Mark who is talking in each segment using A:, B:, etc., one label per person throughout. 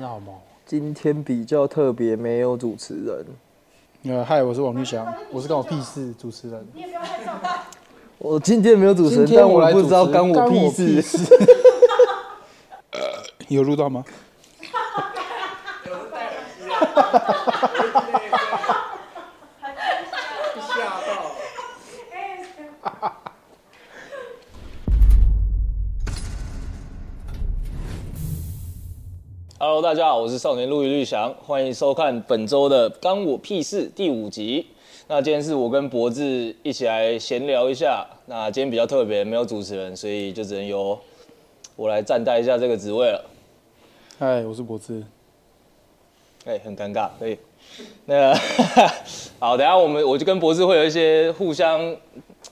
A: 好忙。
B: 今天比较特别，没有主持人。
A: 呃，嗨，我是王玉祥，我是干我屁事主持人。
B: 我今天没有主持人，但我不知道干
A: 我
B: 屁事。
A: 事。呃 有录到吗？
C: Hello，大家好，我是少年陆羽绿翔，欢迎收看本周的《干我屁事》第五集。那今天是我跟博智一起来闲聊一下。那今天比较特别，没有主持人，所以就只能由我来暂代一下这个职位了。
A: 嗨，我是柏芝。
C: 哎、很尴尬，对。那 好，等一下我们我就跟博士会有一些互相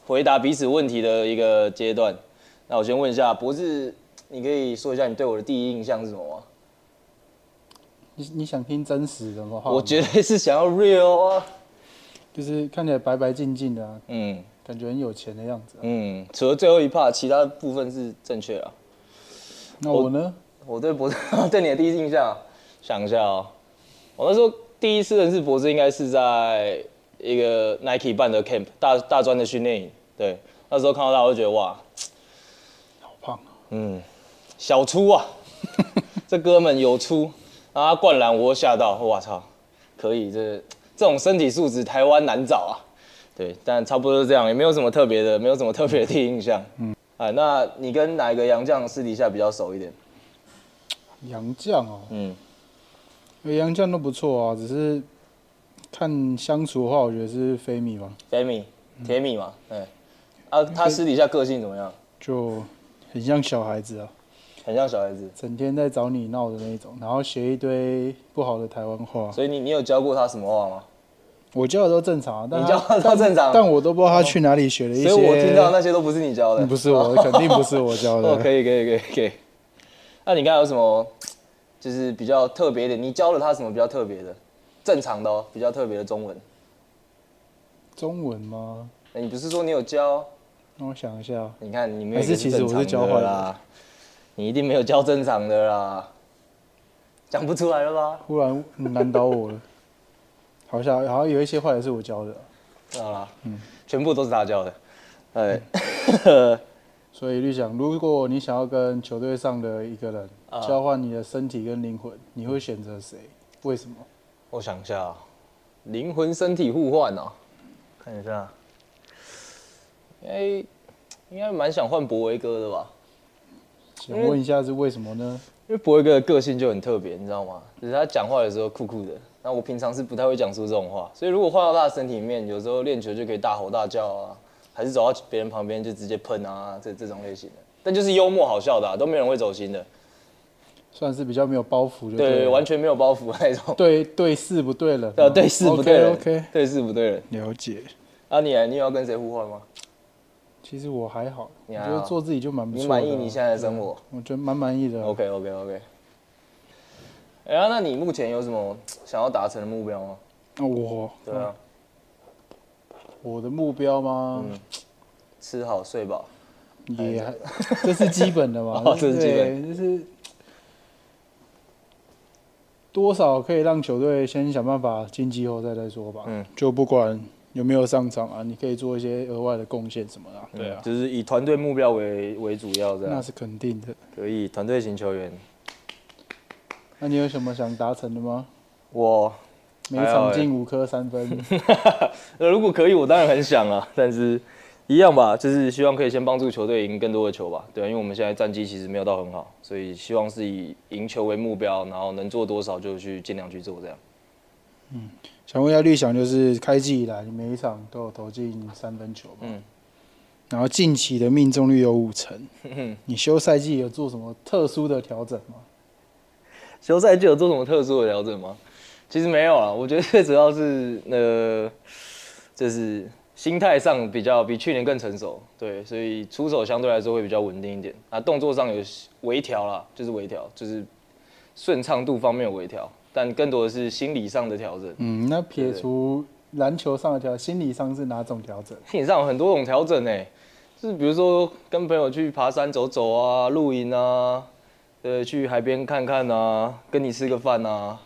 C: 回答彼此问题的一个阶段。那我先问一下博士，你可以说一下你对我的第一印象是什么吗？
A: 你你想听真实的话吗？
C: 我绝对是想要 real 啊。
A: 就是看起来白白净净的、啊，
C: 嗯
A: 感觉很有钱的样子、啊。
C: 嗯，除了最后一 part，其他部分是正确啊。
A: 那我呢？
C: 我对博士 对你的第一印象啊，想一下哦，我那时候第一次认识博士应该是在一个 Nike 办的 camp 大大专的训练营，对，那时候看到他，我就觉得哇，
A: 好胖啊！
C: 嗯小出 啊，这哥们有出，然后他灌篮我吓到，我操，可以，这这种身体素质台湾难找啊。对，但差不多是这样，也没有什么特别的，没有什么特别的第一印象。嗯，哎，那你跟哪一个洋将私底下比较熟一点？
A: 杨绛哦，
C: 嗯，
A: 欸杨绛都不错啊，只是看相处的话，我觉得是菲米吧，
C: 铁米，
A: 嗯
C: 铁米嘛，对。啊，他私底下个性怎么样？
A: 就很像小孩子啊，
C: 很像小孩子，
A: 整天在找你闹的那一种，然后学一堆不好的台湾话。
C: 所以你你有教过他什么话吗？
A: 我教的都正常啊，但
C: 你教
A: 他
C: 的都正常
A: 但，但我都不知道他去哪里学了一些。嗯
C: 所以我听到那些都不是你教的。
A: 不是我，肯定不是我教的。
C: 哦，可以，可以，可以，可以。那你刚才有什么就是比较特别的？你教了他什么比较特别的？正常的哦，比较特别的中文。
A: 中文吗？
C: 哎你不是说你有教？
A: 让我想一下，
C: 你看你没有一
A: 还是
C: 个
A: 其
C: 正
A: 实
C: 常
A: 我
C: 的
A: 是教坏的
C: 啦，你一定没有教正常的啦，讲不出来了吧？
A: 忽然难倒我了。好像好像有一些坏的是我教的啊，
C: 好啦，嗯，全部都是他教的。哎，
A: 嗯所以绿想，如果你想要跟球队上的一个人
C: 啊
A: 交换你的身体跟灵魂，你会选择谁？为什么？
C: 我想一下、啊，灵魂身体互换哦、看一下，应该应该蛮想换博维哥的吧？
A: 请问一下是为什么呢？
C: 因为博威哥的个性就很特别，你知道吗？只是他讲话的时候酷酷的，那我平常是不太会讲出这种话，所以如果换到他的身体里面，有时候练球就可以大吼大叫啊，还是走到别人旁边就直接喷啊，这这种类型的。但就是幽默好笑的、啊，都没人会走心的，
A: 算是比较没有包袱就
C: 对，
A: 了
C: 完全没有包袱那种。
A: 对对事不对人，
C: 呃，对事不对人
A: o k OK，
C: 对事不对人。
A: 了解。
C: 啊你呢，你有要跟谁互换吗？
A: 其实我还好，我
C: 你
A: 觉
C: 还
A: 得
C: 好
A: 做自己就蛮不
C: 你
A: 错的啊。
C: 满意你现在的生活
A: 我觉得蛮满意的啊。
C: ？OK OK OK。哎、呀，那你目前有什么想要达成的目标吗？
A: 那我
C: 对啊，
A: 我的目标吗？
C: 吃好睡饱。
A: 也还这是基本的嘛，
C: 嗯 哦这是基
A: 对，
C: 本
A: 就是多少可以让球队先想办法进季后赛再说吧。
C: 嗯，
A: 就不管有没有上场啊，你可以做一些额外的贡献什么的啊。对啊，
C: 就是以团队目标为为主要这
A: 那
C: 样。
A: 是肯定的。
C: 可以，团队型球员，
A: 那你有什么想达成的吗？
C: 我
A: 每
C: 还
A: 场
C: 好欸
A: 进五颗三分，
C: 呃如果可以，我当然很想啊， 但是一样吧，就是希望可以先帮助球队赢更多的球吧，对啊，因为我们现在战绩其实没有到很好，所以希望是以赢球为目标，然后能做多少就去尽量去做这样。
A: 想问一下绿翔，就是开季以来，你每一场都有投进三分球嘛？
C: 嗯
A: 然后近期的命中率有五成，你休赛季有做什么特殊的调整吗？
C: 休赛季有做什么特殊的调整吗？其实没有啊，我觉得 最主要是呃，就是心态上比较比去年更成熟，对，所以出手相对来说会比较稳定一点。啊，动作上有微调啦，就是微调，就是顺畅度方面有微调，但更多的是心理上的调整。
A: 嗯，那撇
C: 对
A: 除篮球上的调，心理上是哪种调整？
C: 心理上有很多种调欸整呢，就是比如说跟朋友去爬山走走啊、露营啊，对，去海边看看啊，跟你吃个饭啊。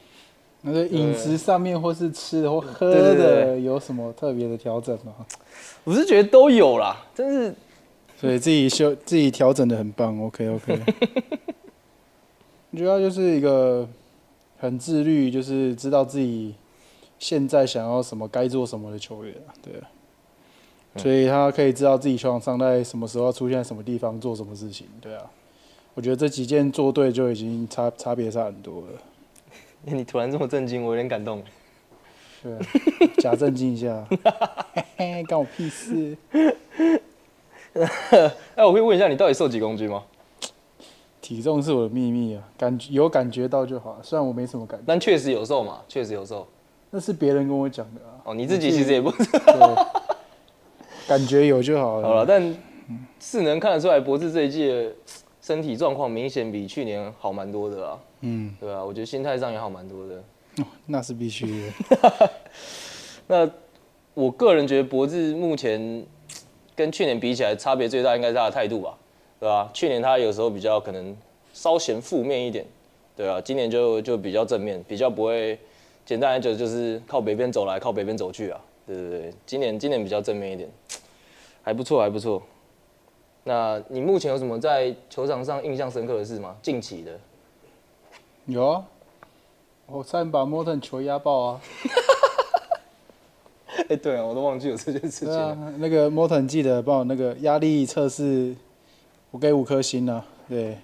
A: 那个饮食上面，或是吃的或喝
C: 对对
A: 的，
C: 对
A: 有什么特别的调整吗？
C: 我是觉得都有啦，真是
A: 所以自己修自己调整的很棒，OK OK。我觉得他就是一个很自律，就是知道自己现在想要什么、该做什么的球员啊，对啊。所以他可以知道自己球场上在什么时候要出现在什么地方做什么事情，对啊。我觉得这几件做对就已经差差别差很多了，
C: 你突然这么震惊，我有点感动。欸
A: 对啊、假正经一下， 嘿嘿，干我屁事！
C: 哎、我可以问一下，你到底瘦几公斤吗？
A: 体重是我的秘密啊，感觉有感觉到就好，虽然我没什么感觉，
C: 但确实有瘦嘛，确实有瘦。
A: 那是别人跟我讲的啊。
C: 哦，你自己其实也不
A: 对，感觉有就好了。
C: 好了，但是能看得出来，博智这一季的身体状况明显比去年好蛮多的啦。
A: 嗯，
C: 对啊，我觉得心态上也好蛮多的。
A: 那是必须的。
C: 那我个人觉得博智目前跟去年比起来，差别最大应该是他的态度吧，对吧、去年他有时候比较可能稍显负面一点，对啊，今年就就比较正面，比较不会简单来讲就是靠北边走来，靠北边走去啊，对对对，今年今年比较正面一点，还不错还不错。那你目前有什么在球场上印象深刻的事吗？近期的，
A: 有啊，我差点把 Morton 球压爆啊！
C: 哎、 对啊，我都忘记有这件事情
A: 对
C: 了。
A: 啊，那个 Morton 记得帮我那个压力测试，我给五颗星啊。对，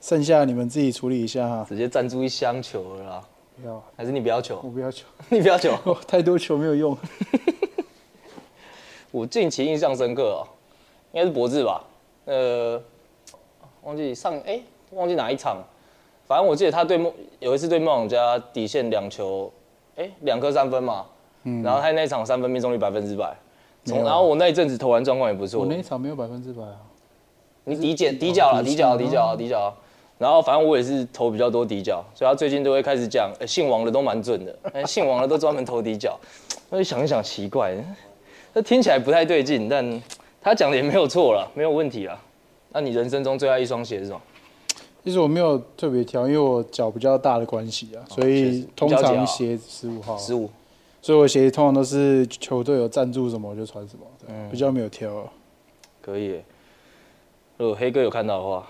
A: 剩下你们自己处理一下哈。
C: 直接赞助一箱球了啦，
A: 不要，
C: 还是你不要球？
A: 我不要球，
C: 你不要球。
A: 哦太多球没有用。
C: 我近期印象深刻哦，应该是博智吧？呃，忘记上哎、忘记哪一场，反正我记得他对梦有一次对梦想家底线两球，哎、两颗三分嘛，然后他那一场三分命中率百分之百，
A: 嗯没
C: 从
A: 有啊
C: 然后我那一阵子投篮状况也不 错
A: 我那，一场没有百分之百啊。
C: 你底角底角了，哦底角哦底角底角，然后反正我也是投比较多底角，所以他最近都会开始讲，哎姓王的都蛮准的，哎姓王的都专门投底角， 我就想一想奇怪，这听起来不太对劲，但他讲的也没有错啦，没有问题啦。那你人生中最爱一双鞋是什么？
A: 其实我没有特别挑，因为我脚比较大的关系啊，所
C: 确实
A: 以通
C: 比较脚啊
A: 常鞋十五号啊，
C: 十五。
A: 所以我鞋通常都是球队有赞助什么我就穿什么，对比较没有挑啊。
C: 可以耶。如果黑哥有看到的话，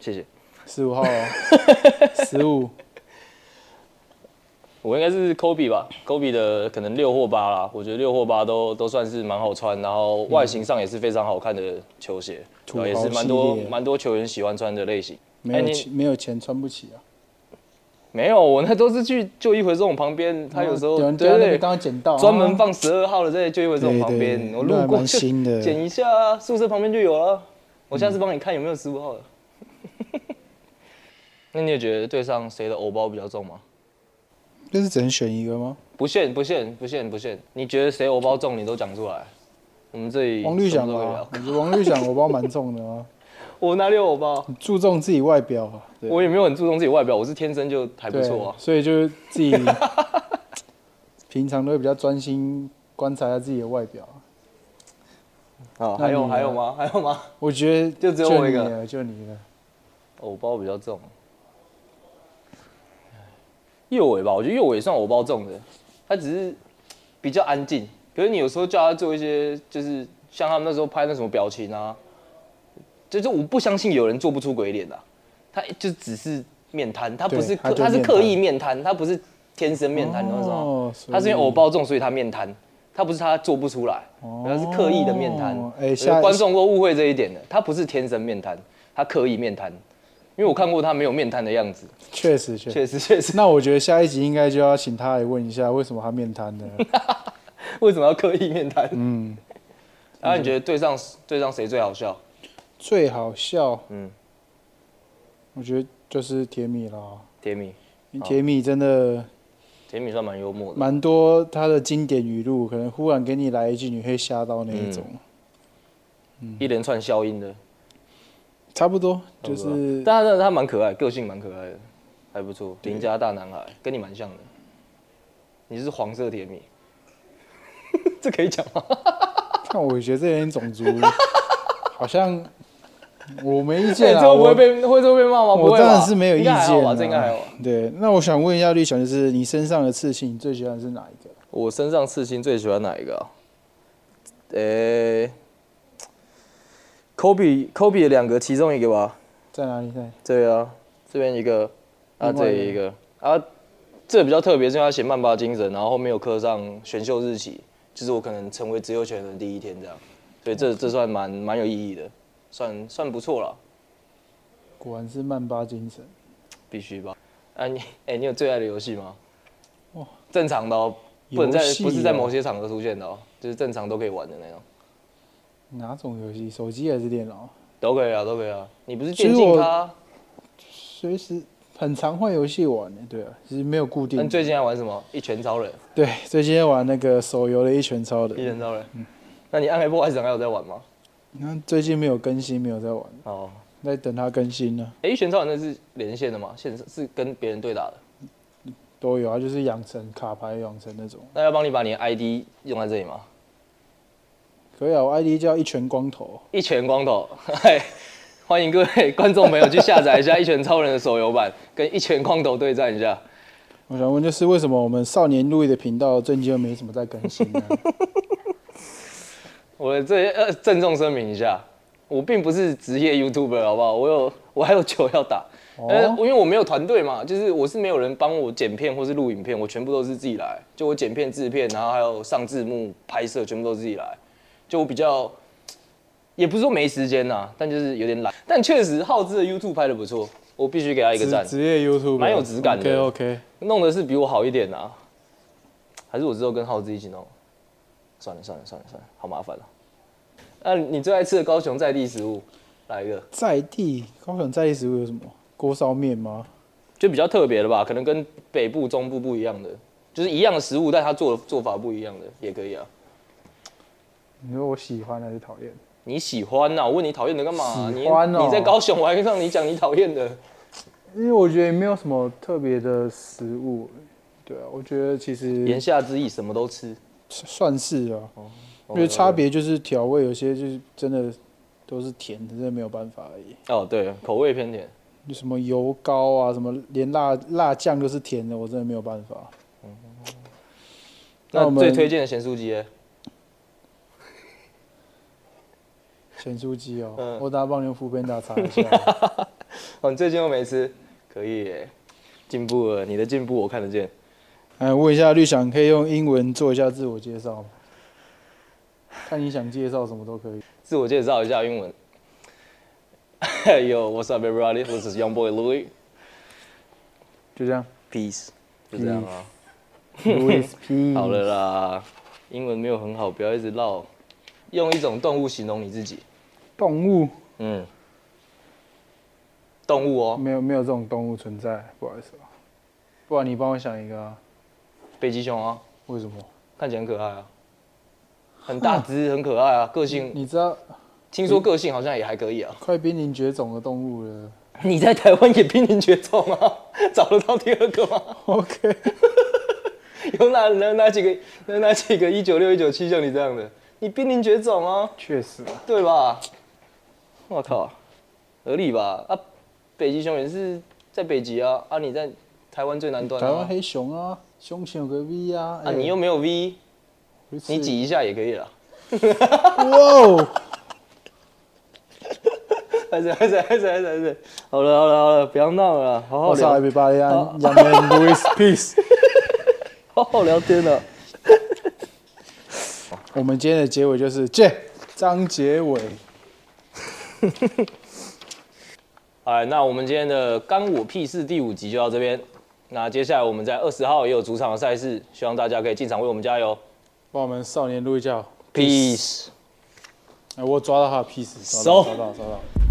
C: 谢谢。
A: 十五号 哦，十五
C: 我应该是 Kobe 吧，Kobe 的可能六或八啦，我觉得六或八都都算是蛮好穿，然后外形上也是非常好看的球鞋，
A: 土
C: 然
A: 豪
C: 后也是蛮多
A: 系列
C: 蛮多球员喜欢穿的类型。
A: 没
C: 哎
A: 有
C: 你
A: 钱，没有钱穿不起啊。
C: 没有，我那都是去就一回这种旁边，他有时候
A: 有人
C: 对
A: 家那
C: 对
A: 个
C: 对
A: 啊刚刚捡到，
C: 专门
A: 啊
C: 放十二号的在就一回这种
A: 对
C: 旁
A: 对
C: 边，
A: 对
C: 我
A: 那
C: 路
A: 还
C: 过
A: 蛮
C: 就
A: 新 的
C: 捡一下啊，宿舍旁边就有了。我下次帮你看有没有十五号的。 那你也觉得对上谁的偶包比较重吗？
A: 就是只能选一个吗？
C: 不限不限不限不限，你觉得谁欧包中你都讲出来。我们这里
A: 王绿
C: 什
A: 想
C: 么都可以聊
A: 啊，我觉得王绿想我包蛮重的啊，
C: 我哪里有欧包？
A: 注重自己外表啊，对，
C: 我也没有很注重自己外表，我是天生就还不
A: 对
C: 错啊。
A: 所以就是自己 平常都会比较专心观察一下自己的外表啊。
C: 啊，
A: 那
C: 还有
A: 你呢
C: 还有吗？还有吗？
A: 我觉得
C: 就只有我一个
A: 你了，就你了。
C: 欧包比较重，右尾吧，我觉得右尾算欧包重的，他只是比较安静。可是你有时候叫他做一些，就是像他们那时候拍那什么表情啊，就是我不相信有人做不出鬼脸的、他就只是面瘫，他不是
A: 对
C: 刻，
A: 他就
C: 他是
A: 面
C: 刻
A: 瘫
C: 意面瘫，他不是天生面瘫，你懂什么？
A: 哦，
C: 他是
A: 所
C: 因为
A: 以
C: 偶包重，所以他面瘫，他不是他做不出来，他是刻意的面瘫
A: 哦。哎
C: 哎，
A: 下
C: 观众都误会这一点了，他不是天生面瘫，他刻意面瘫，因为我看过他没有面瘫的样子，
A: 确实确实。
C: 确实确实，
A: 那我觉得下一集应该就要请他来问一下，为什么他面瘫呢？
C: 为什么要刻意面瘫？
A: 嗯，
C: 然后你觉得对上对上谁最好笑？
A: 最好笑，
C: 嗯，
A: 我觉得就是铁米啦。
C: 铁米，
A: 铁米真的
C: 铁米算蛮幽默的，
A: 蛮多他的经典语录，可能忽然给你来一句，你会吓到那一种。
C: 嗯一连串消音的，
A: 差不多嗯就
C: 差不多
A: 是
C: 但他他蛮可爱，个性蛮可爱的，还不错，邻家大男孩，跟你蛮像的。你是黄色铁米， 这可以讲吗？
A: 看我觉得这有点种族，好像我没意见
C: 哎
A: 啊，
C: 最后不会
A: 我
C: 被会最后被骂吗？不
A: 我
C: 会吧
A: 当然是没有意
C: 应
A: 见
C: 该还好
A: 啊
C: 吧，这应该还好吧。
A: 对，那我想问一下绿翔，就是你身上的刺青，你最喜欢的是哪一个？
C: 我身上刺青最喜欢哪一个啊？呃、k o b e Kobe 的两个，其中一个吧。
A: 在哪里？在
C: 对啊，这边一个，啊，
A: 另外
C: 这
A: 一个
C: 里一个，啊，这比较特别，是因为它写曼巴精神，然后后面有刻上选秀日期，就是我可能成为自由球员的第一天这样，所以这这算蛮蛮有意义的，算算不错了，
A: 果然是曼巴精神。
C: 必须吧？啊，你哎、你有最爱的游戏吗？
A: 哇
C: 正常的哦，不能在
A: 游戏
C: 不是在
A: 哦
C: 某些场合出现的哦，就是正常都可以玩的那种，
A: 哪种游戏？手机还是电脑？
C: 都可以啊，都可以啊，你不是
A: 其实
C: 电竞
A: 我
C: 咖啊？
A: 随时很常换游戏玩的，对啊，其实没有固定
C: 那
A: 的。
C: 你最近在玩什么？一拳超人，
A: 对最近在玩那个手游的一拳超
C: 一
A: 的，
C: 拳超人。嗯那你暗黑破坏神还有在玩吗？
A: 你看最近没有更新，没有在玩，
C: 哦，
A: 在等它更新呢。
C: 哎、一拳超人那是连线的吗？线上是跟别人对打的。
A: 都有啊，就是养成卡牌养成那种。
C: 那要帮你把你的 ID 用在这里吗？
A: 可以啊，我 ID 叫一拳光头。
C: 一拳光头，嗨，欢迎各位观众朋友去下载一下《一拳超人》的手游版，跟一拳光头对战一下。
A: 我想问，就是为什么我们少年路易的频道最近又没什么在更新呢？
C: 我这呃郑重声明一下，我并不是职业 YouTuber，好不好？我有 我还有球要打，呃，因为我没有团队嘛，就是我是没有人帮我剪片或是录影片，我全部都是自己来，就我剪片、制片，然后还有上字幕、拍摄，全部都自己来，就我比较。也不是说没时间呐、但就是有点懒。但确实，浩之的 YouTube 拍的不错，我必须给他一个赞
A: 职。职业 YouTube
C: 蛮有质感的
A: OK OK，
C: 弄的是比我好一点啊，还是我之后跟浩子一起弄？算了算了算了算了，好麻烦啊。那你最爱吃的高雄在地食物，来一个，
A: 在地高雄在地食物有什么？锅烧面吗？
C: 就比较特别的吧，可能跟北部、中部不一样的，就是一样的食物，但它做的做法不一样的也可以啊。
A: 你说我喜欢还是讨厌？
C: 你喜欢啊呐、我问你讨厌的干嘛、
A: 喜欢哦嗯
C: 你你在高雄，我还让你讲你讨厌的。
A: 因为我觉得也没有什么特别的食物，对啊，我觉得其实
C: 言下之意，什么都吃。
A: 算是啊，因为差别就是调味，有些就是真的都是甜的，真的没有办法而已。
C: 哦，对，口味偏甜。
A: 就什么油膏啊，什么连辣辣酱都是甜的，我真的没有办法。那
C: 那
A: 我们
C: 最推荐的咸酥鸡耶，
A: 咸酥鸡哦，
C: 嗯
A: 我等下帮你用副片大查一下。
C: 哦，你最近又没吃，可以耶，进步了，你的进步我看得见。
A: 哎，问一下绿翔，可以用英文做一下自我介绍吗？看你想介绍什么都可以。
C: 自我介绍一下英文。Yo, what's up, everybody? This is Young Boy Louis.
A: 就这样
C: Peace，就这样啊。
A: ，Louis P。
C: 好了啦，英文没有很好，不要一直唠。用一种动物形容你自己，
A: 动物
C: 嗯，动物哦，
A: 没有没有这种动物存在，不好意思啊。不然你帮我想一个啊？
C: 北极熊啊，
A: 为什么？
C: 看起来很可爱啊，很大只，很可爱啊，个性，
A: 你知道
C: 听说个性好像也还可以啊。
A: 快濒临绝种的动物了。
C: 你在台湾也濒临绝种啊，找得到第二个吗？
A: OK，
C: 有哪哪哪几个哪哪几个一九六一九七像你这样的，你濒临绝种啊。
A: 确实啊。
C: 对吧？我靠，合理吧？啊，北极熊也是在北极啊，啊，你在台湾最南端、啊，
A: 台湾黑熊啊，胸前有个 V 啊。
C: 啊，你又没有 V，你
A: 你
C: 挤一下也可以了。
A: 哇哦！
C: 还是还是还是还是还是，好了好了好了，不要闹了啦，好好
A: 我操
C: 聊，
A: ，everybody，I'm y o u n and Louis Peace。
C: 好好聊天了。
A: 我们今天的结尾就是这张结尾，
C: 哎，那我们今天的干我屁事第五集就到这边。那接下来我们在二十号也有主场的赛事，希望大家可以进场为我们加油。
A: 帮我们少年录一下。
C: Peace。
A: 哎，我抓到他的 piece，抓到，
C: 收
A: 抓到，抓到。